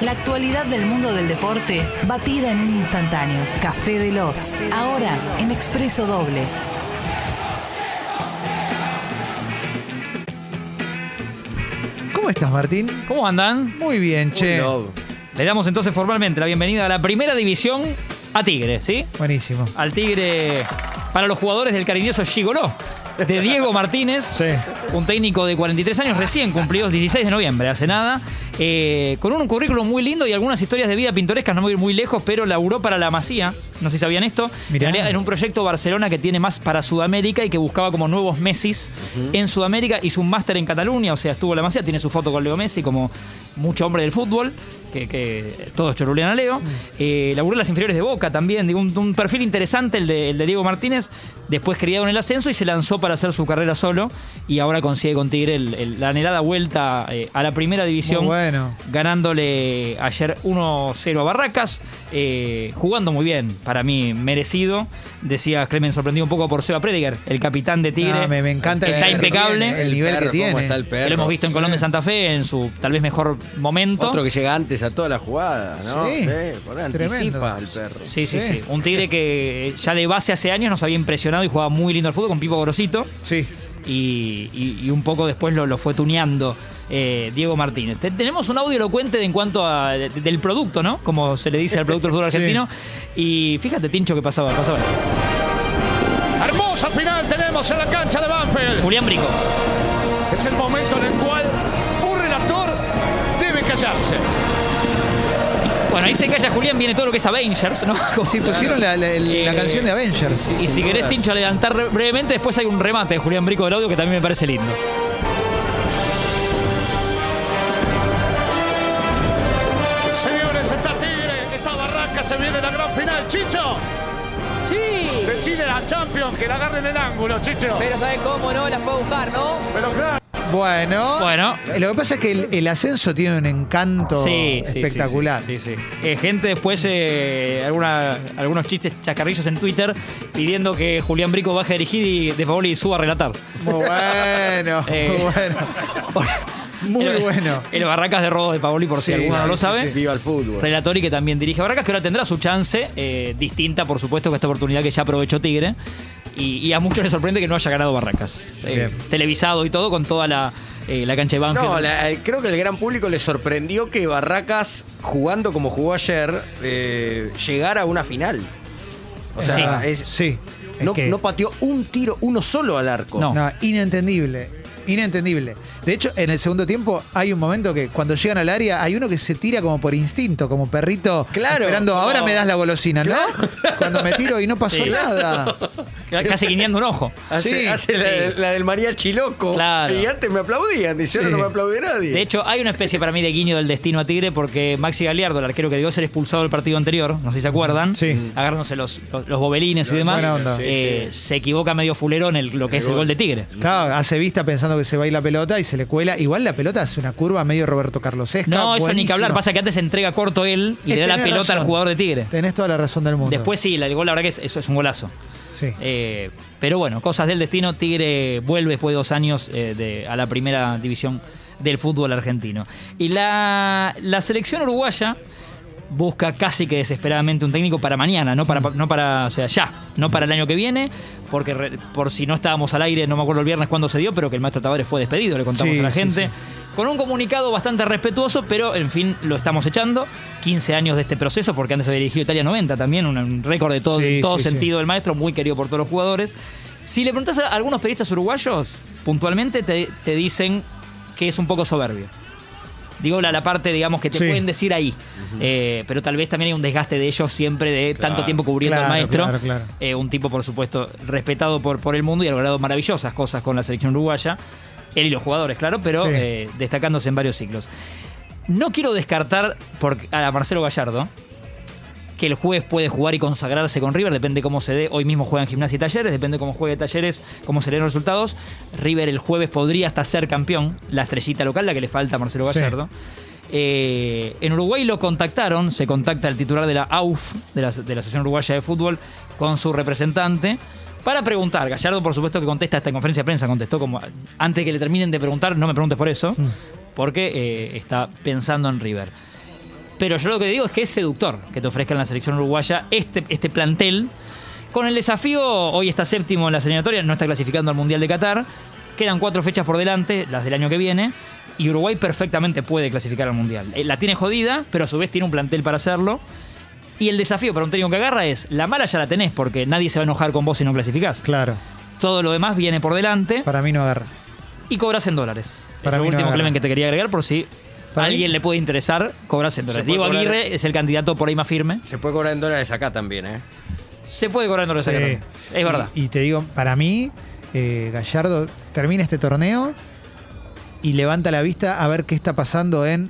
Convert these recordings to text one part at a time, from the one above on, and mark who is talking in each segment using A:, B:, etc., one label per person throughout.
A: La actualidad del mundo del deporte, batida en un instantáneo. Café Veloz, ahora en Expreso Doble.
B: ¿Cómo estás, Martín?
C: ¿Cómo andan?
B: Muy bien, che.
C: Le damos entonces formalmente la bienvenida a la primera división a Tigre, ¿sí?
B: Buenísimo.
C: Al Tigre para los jugadores del cariñoso Gigoló de Diego Martínez.
B: Sí.
C: Un técnico de 43 años recién cumplidos, 16 de noviembre, hace nada. eh, con un currículum muy lindo y algunas historias de vida pintorescas, no voy a ir muy lejos, pero laburó para la Masía, no sé si sabían esto,
B: Mirá.
C: en realidad en un proyecto Barcelona que tiene más para Sudamérica y que buscaba como nuevos Messis en Sudamérica, hizo un máster en Cataluña, o sea, estuvo en la Masía, tiene su foto con Leo Messi como mucho hombre del fútbol, que, que todos chorulean a Leo. Eh, laburó en las inferiores de Boca también, digo, un, un perfil interesante el de, el de Diego Martínez, después criado en el ascenso y se lanzó para hacer su carrera solo y ahora consigue con Tigre el- el- la anhelada vuelta eh, a la primera división
B: Muy bueno.
C: ganándole ayer 1-0 a Barracas, eh, jugando muy bien, para mí merecido. Decía Clemen, sorprendido un poco por Seba Prediger, el capitán de Tigre.
B: No, me, me encanta
C: que
B: el-
C: está
B: el-
C: impecable.
B: ¿eh? El, nivel
D: perro,
B: que tiene.
D: ¿Cómo está el perro?
C: que lo hemos visto en
B: sí.
C: Colón de Santa Fe en su tal vez mejor momento.
D: Otro que llega antes a todas las jugadas, ¿no?
B: Sí.
D: por ahí
B: Tremendo.
D: anticipa al perro.
C: Sí, sí,
B: Sí.
C: sí. Un Tigre que ya de base hace años nos había impresionado y jugaba muy lindo al fútbol con Pipo Gorosito.
B: Sí.
C: y, y- y un poco después lo, lo fue tuneando eh, Diego Martínez. Te- tenemos un audio elocuente de en cuanto a de- del producto, ¿no? Como se le dice al producto del fútbol
B: Sí.
C: argentino. Y fíjate, Tincho, que pasaba, pasaba.
E: Hermosa final tenemos en la cancha de Banfield.
C: Julián Brico.
E: Es el momento en el cual un relator debe callarse.
C: Bueno, ahí se calla Julián, viene todo lo que es Avengers, ¿no?
B: Sí, pusieron la, la- el- la
C: Eh,
B: canción de Avengers.
C: y si
D: sin
C: querés,
D: dudas.
C: Tincho, adelantar re- brevemente, después hay un remate de Julián Brico del audio que también me parece lindo.
E: Señores, está Tigre, está Barraca, se viene la gran final. Chicho,
F: Sí,
E: decide la Champions que la agarren en el ángulo, Chicho.
F: pero ¿sabe cómo no? La fue a buscar, ¿no?
E: Pero claro.
B: Bueno. Eh,
C: Bueno.
B: Lo que pasa es que el, el ascenso tiene un encanto
C: Sí, sí, sí,
B: espectacular.
C: Sí, sí. sí. Eh, gente después, eh, alguna- algunos chistes chacarrillos en Twitter pidiendo que Julián Brico baje a dirigir y de favor y suba a relatar.
B: Muy bueno.
C: Eh.
B: Muy bueno. Muy
C: El-
B: bueno.
C: El Barracas de Rodo de Paoli, por
B: Sí,
C: si alguno no
B: sí,
C: lo
B: sí,
C: sabe.
D: Viva el fútbol.
C: Relatori que también dirige Barracas, que ahora tendrá su chance, eh, distinta por supuesto que esta oportunidad que ya aprovechó Tigre. Y, y a muchos les sorprende que no haya ganado Barracas. Eh,
B: Bien.
C: televisado y todo con toda la, eh, la cancha de Banfield.
D: No, la- eh, creo que el gran público le sorprendió que Barracas, jugando como jugó ayer, eh, llegara a una final. O sea,
B: Sí.
D: es-
B: Sí. Es
D: no,
B: que-
D: no pateó un tiro, uno solo al arco.
C: No.
B: No, inentendible. Inentendible. De hecho, en el segundo tiempo hay un momento que cuando llegan al área hay uno que se tira como por instinto, como perrito.
D: Claro.
B: Esperando,
D: Como-
B: ahora me das la golosina, ¿no? Cuando me tiro y no pasó
C: Sí.
B: nada.
C: Casi guiñando un ojo.
D: Hace,
B: Sí,
D: hace la, la del María Chiloco.
C: Claro.
D: Y antes me aplaudían, dice, ahora
B: Sí.
D: no me aplaude nadie.
C: De hecho, hay una especie para mí de guiño del destino a Tigre porque Maxi Galiardo, el arquero que debió ser expulsado del partido anterior, no sé si se acuerdan,
B: Sí.
C: agarrándose los, los, los bobelines y demás,
B: Buena onda.
C: eh, se equivoca medio fulero en el- lo que es el gol de Tigre.
B: Claro, hace vista pensando que se va a ir la pelota y se le cuela. Igual la pelota hace una curva medio Roberto Carlos Esca.
C: No, eso ni que
B: buenísima.
C: hablar, pasa que antes se entrega corto él y le da la
B: Tenés
C: pelota al
B: razón.
C: jugador de Tigre.
B: Tenés toda la razón del mundo.
C: Después sí, la- el gol la verdad que es, eso es un golazo.
B: Sí.
C: Eh, pero bueno, cosas del destino, Tigre vuelve después de dos años eh, de- a la primera división del fútbol argentino. Y la, la selección uruguaya busca casi que desesperadamente un técnico para mañana, no para, no para, o sea, ya, no para el año que viene, porque re- por si no estábamos al aire, no me acuerdo el viernes cuándo se dio, pero que el maestro Tavares fue despedido, le contamos
B: Sí,
C: a la
B: sí,
C: gente,
B: sí.
C: con un comunicado bastante respetuoso, pero en fin, lo estamos echando, 15 años de este proceso, porque antes había dirigido Italia 90 también, un, un récord de todo,
B: Sí,
C: en todo
B: sí, sí.
C: sentido del maestro, muy querido por todos los jugadores. Si le preguntas a algunos periodistas uruguayos, puntualmente te, te dicen que es un poco soberbio. Digo la, la parte, digamos, que te
B: Sí.
C: pueden decir ahí. Eh, pero tal vez también hay un desgaste de ellos siempre de tanto tiempo cubriendo al
B: Claro,
C: maestro.
B: claro, claro.
C: Eh, un tipo, por supuesto, respetado por, por el mundo y ha logrado maravillosas cosas con la selección uruguaya. Él y los jugadores, claro, pero
B: Sí.
C: eh, destacándose en varios ciclos. No quiero descartar por, a Marcelo Gallardo, que el jueves puede jugar y consagrarse con River, depende cómo se dé. Hoy mismo juegan Gimnasia y Talleres, depende cómo juegue Talleres, cómo se den los resultados. River el jueves podría hasta ser campeón, la estrellita local, la que le falta a Marcelo
B: Sí.
C: Gallardo. Eh, en Uruguay lo contactaron, se contacta el titular de la AUF, de la, de la Asociación Uruguaya de Fútbol, con su representante. Para preguntar, Gallardo por supuesto que contesta hasta en conferencia de prensa, contestó como antes que le terminen de preguntar, no me preguntes por eso, porque eh, está pensando en River. Pero yo lo que digo es que es seductor que te ofrezcan la selección uruguaya este, este plantel. Con el desafío, hoy está séptimo en la eliminatorias, no está clasificando al Mundial de Qatar. Quedan cuatro fechas por delante, las del año que viene. Y Uruguay perfectamente puede clasificar al Mundial. Eh, La tiene jodida, pero a su vez tiene un plantel para hacerlo. Y el desafío para un técnico que agarra es, la mala ya la tenés porque nadie se va a enojar con vos si no clasificás.
B: Claro,
C: Todo lo demás viene por delante
B: para mí no agarra.
C: y cobras en dólares.
B: Para
C: es lo
B: mí no
C: último,
B: agarra.
C: Clemen, que te quería agregar por si
B: Para
C: a alguien
B: mí-
C: le puede interesar, cobras en dólares.
D: Se puede
C: Diego
D: cobrar-
C: Aguirre es el candidato por ahí más firme.
D: Se puede cobrar en dólares acá también, ¿eh?
C: Se puede cobrar en dólares.
B: Sí.
C: acá también. Es verdad.
B: Y, y te digo, para mí, eh, Gallardo termina este torneo y levanta la vista a ver qué está pasando en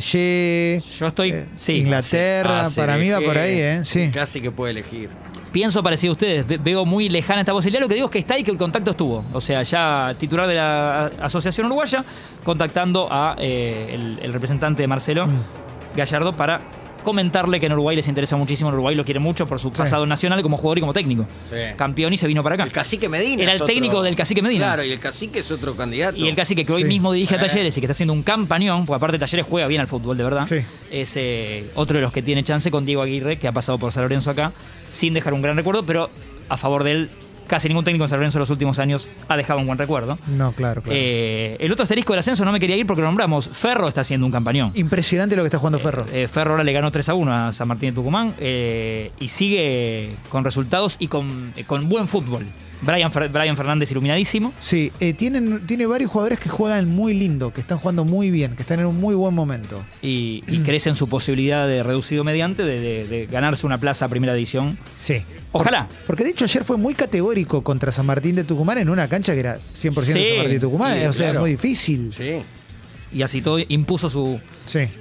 B: PSG.
C: Yo estoy- sí.
B: eh, Inglaterra,
D: Ah,
B: para mí va por ahí, ¿eh? Sí.
D: Casi que puede elegir.
C: Ah, Pienso parecido a ustedes. Ve- Veo muy lejana esta posibilidad. Lo que digo es que está y que el contacto estuvo. O sea, ya titular de la a- Asociación Uruguaya contactando a eh, el, el representante de Marcelo
B: Mm.
C: Gallardo para comentarle que en Uruguay les interesa muchísimo. En Uruguay lo quiere mucho por su pasado nacional como jugador y como técnico.
D: Sí.
C: Campeón y se vino para acá.
D: El cacique Medina.
C: Ah, Era
D: es
C: el
D: otro-
C: técnico del cacique Medina.
D: Claro, y el cacique es otro candidato.
C: Y el cacique que hoy
B: Sí.
C: mismo dirige a
D: Eh.
C: Talleres y que está haciendo un campañón, porque aparte Talleres juega bien al fútbol, de verdad.
B: Sí.
C: Es eh, otro de los que tiene chance con Diego Aguirre, que ha pasado por San Lorenzo acá, sin dejar un gran recuerdo, pero a favor de él, casi ningún técnico en San Lorenzo en los últimos años ha dejado un buen recuerdo.
B: No, claro, claro.
C: Eh, el otro asterisco del ascenso no me quería ir porque lo nombramos. Ferro está haciendo un campañón.
B: Impresionante lo que está jugando Ferro.
C: Eh, Ferro ahora le ganó 3 a 1 a San Martín de Tucumán eh, y sigue con resultados y con, eh, con buen fútbol. Brian, Fer- Brian Fernández iluminadísimo.
B: Sí, eh, tienen, tiene varios jugadores que juegan muy lindo, que están jugando muy bien, que están en un muy buen momento.
C: y, y crecen su posibilidad de reducido mediante de, de- de ganarse una plaza a primera edición.
B: Sí.
C: Ojalá.
B: Porque de hecho ayer fue muy categórico contra San Martín de Tucumán en una cancha que era 100% de
C: Sí.
B: San Martín de Tucumán.
D: Sí,
B: o sea,
D: claro.
B: muy difícil. Sí.
D: Sí.
C: Y así todo impuso su,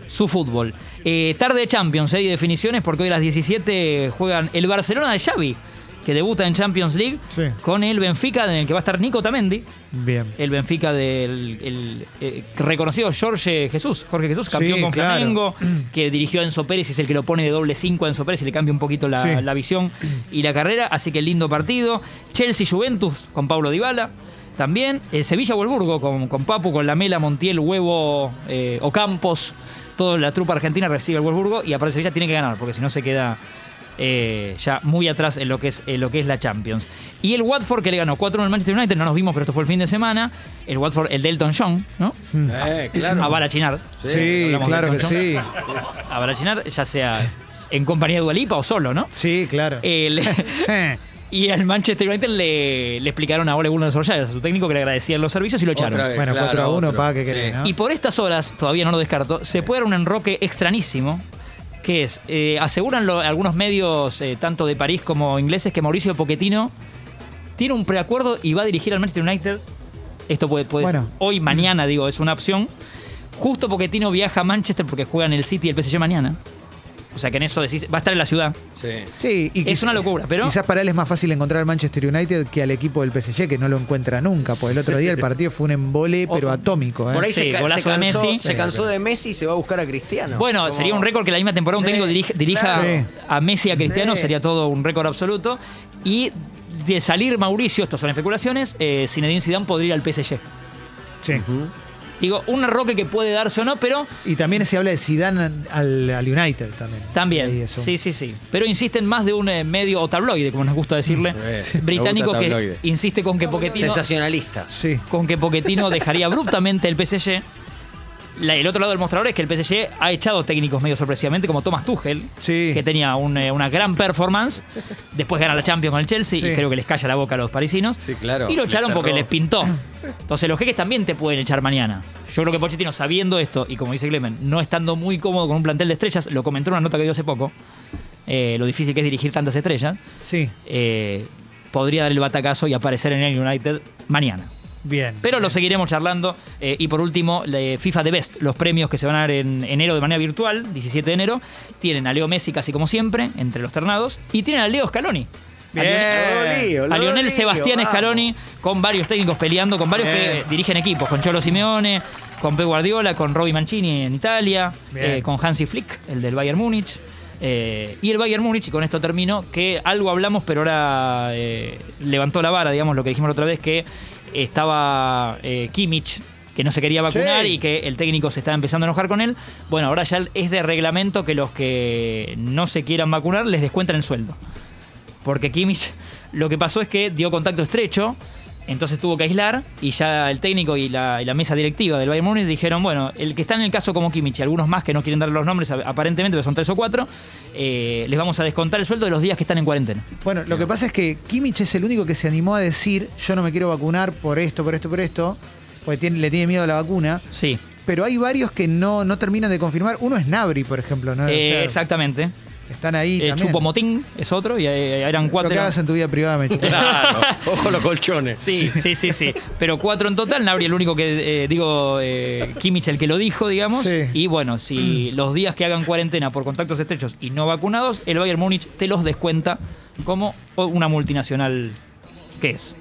C: su fútbol. Eh, tarde de Champions, eh, y definiciones, porque hoy a las 17 juegan el Barcelona de Xavi, que debuta en Champions League,
B: Sí.
C: con el Benfica, en el que va a estar Nico Tamendi.
B: Bien.
C: El Benfica del el, eh, reconocido Jorge Jesús, Jorge Jesús, campeón
B: Sí,
C: con
B: claro.
C: Flamengo, que dirigió a Enzo Pérez, es el que lo pone de doble 5 a Enzo Pérez y le cambia un poquito la,
B: Sí.
C: la visión y la carrera, así que lindo partido. Chelsea Juventus con Pablo Dybala. También el Sevilla Wolburgo con, con Papu, con Lamela, Montiel, Huevo, eh, Ocampos. Toda la trupa argentina recibe al Wolburgo y aparte Sevilla tiene que ganar, porque si no se queda eh, ya muy atrás en lo, que es, en lo que es la Champions. Y el Watford que le ganó 4-1 al Manchester United, no nos vimos, pero esto fue el fin de semana. El Watford, el Delton John, ¿no?
D: Eh, claro.
C: A balachinar.
B: Sí,
C: hablamos
B: claro
C: de
B: que
C: Elton
B: sí.
C: A balachinar, ya sea en compañía de Dualipa o solo, ¿no?
B: Sí, claro.
C: El-
B: Eh,
C: y al Manchester United le, le explicaron a Ole Gunnar Solskjaer, a su técnico, que le agradecían los servicios y lo echaron.
D: Otra vez,
B: Bueno,
D: claro,
B: 4 a 1,
D: otro.
B: pa, ¿qué
D: Sí.
B: querés, no?
C: Y por estas horas, todavía no lo descarto, se puede dar un enroque extrañísimo, que es, eh, aseguran lo- algunos medios, eh, tanto de París como ingleses, que Mauricio Pochettino tiene un preacuerdo y va a dirigir al Manchester United. Esto puede, puede ser
B: Bueno.
C: hoy, mañana, digo, es una opción. Justo Pochettino viaja a Manchester porque juegan el City y el PSG mañana. O sea que en eso decís, va a estar en la ciudad.
D: Sí.
B: Sí, y
C: Es
B: quiz-
C: una locura, pero-
B: Quizás para él es más fácil encontrar al Manchester United que al equipo del PSG, que no lo encuentra nunca. Porque el otro día el partido fue un embole, pero
C: O-
B: atómico. ¿eh?
D: Por ahí
C: Sí,
D: se, ca-
C: golazo
D: se
C: de
D: cansó,
C: Messi.
D: se
B: Sí,
D: cansó
B: claro.
D: de Messi y se va a buscar a Cristiano.
C: Bueno,
D: Como-
C: sería un récord que la misma temporada un
D: Sí,
C: técnico dirija, dirija
D: claro.
B: Sí.
C: a Messi y a Cristiano,
D: Sí.
C: sería todo un récord absoluto. Y de salir Mauricio, estos son especulaciones, eh, Zinedine Zidane podría ir al PSG.
B: Sí.
C: Digo, un enroque que puede darse o no, pero
B: Y también se habla de Zidane al, al United también. Ahí
C: también.
B: eso.
C: Sí, sí, sí. Pero insisten más de un eh, medio o tabloide, como nos gusta decirle,
D: Sí. Me
C: británico
D: gusta
C: que
D: tabloide.
C: insiste con que Poquetino
D: Sensacionalista.
B: Sí.
C: con que Poquetino dejaría abruptamente el PSG. La- el otro lado del mostrador es que el PSG ha echado técnicos medio sorpresivamente, como Thomas Tuchel,
B: Sí.
C: que tenía un, eh, una gran performance. Después gana la Champions con el Chelsea
B: Sí.
C: y creo que les calla la boca a los parisinos.
D: Sí, claro.
C: Y lo
D: Les
C: echaron porque
D: cerró.
C: les pintó. Entonces, los jeques también te pueden echar mañana. Yo creo que Pochettino, sabiendo esto, y como dice Clemen, no estando muy cómodo con un plantel de estrellas, lo comentó en una nota que dio hace poco, eh, lo difícil que es dirigir tantas estrellas,
B: Sí,
C: eh, podría dar el batacazo y aparecer en el United mañana.
B: bien.
C: Pero lo seguiremos charlando. Eh, y por último, la de FIFA The Best, los premios que se van a dar en enero de manera virtual, 17 de enero. Tienen a Leo Messi, casi como siempre, entre los ternados. Y tienen a Leo Scaloni. A
B: Bien.
C: Lionel-
D: Lo lío,
C: A
D: lo
C: Lionel
D: lío,
C: Sebastián
D: vamos.
C: Scaloni, con varios técnicos peleando, con varios
B: Bien.
C: que dirigen equipos, con Cholo Simeone, con P. Guardiola, con Robbie Mancini en Italia,
B: Bien.
C: eh, con Hansi Flick, el del Bayern Múnich. eh, y el Bayern Múnich, y con esto termino, que algo hablamos, pero ahora eh, levantó la vara, digamos, lo que dijimos la otra vez, que estaba eh, Kimmich que no se quería vacunar
D: Sí.
C: y que el técnico se estaba empezando a enojar con él. Bueno, ahora ya es de reglamento que los que no se quieran vacunar les descuentan el sueldo. Porque Kimmich lo que pasó es que dio contacto estrecho, entonces tuvo que aislar y ya el técnico y la, y la mesa directiva del Bayern Múnich dijeron, bueno, el que está en el caso como Kimmich y algunos más que no quieren dar los nombres a- aparentemente, pero son tres o cuatro, eh, les vamos a descontar el sueldo de los días que están en cuarentena.
B: Bueno, lo que pasa es que Kimmich es el único que se animó a decir yo no me quiero vacunar por esto, por esto, por esto, porque tiene- le tiene miedo a la vacuna.
C: Sí,
B: Pero hay varios que no, no terminan de confirmar. Uno es Nabri, por ejemplo. ¿no? O
C: eh,
B: sea,
C: exactamente.
B: Están ahí
C: Eh,
B: Ah, también.
C: Chupo Motín es otro y eh, eran
B: Lo
C: cuatro.
B: que hagas en tu vida privada me chupa.
D: Claro, ojo los colchones.
C: Sí, sí, sí, sí. Pero cuatro en total, Nabri el único que, eh, digo, eh, Kimmich el que lo dijo, digamos.
B: Sí.
C: Y bueno, si los días que hagan cuarentena por contactos estrechos y no vacunados, el Bayern Múnich te los descuenta como una multinacional que es.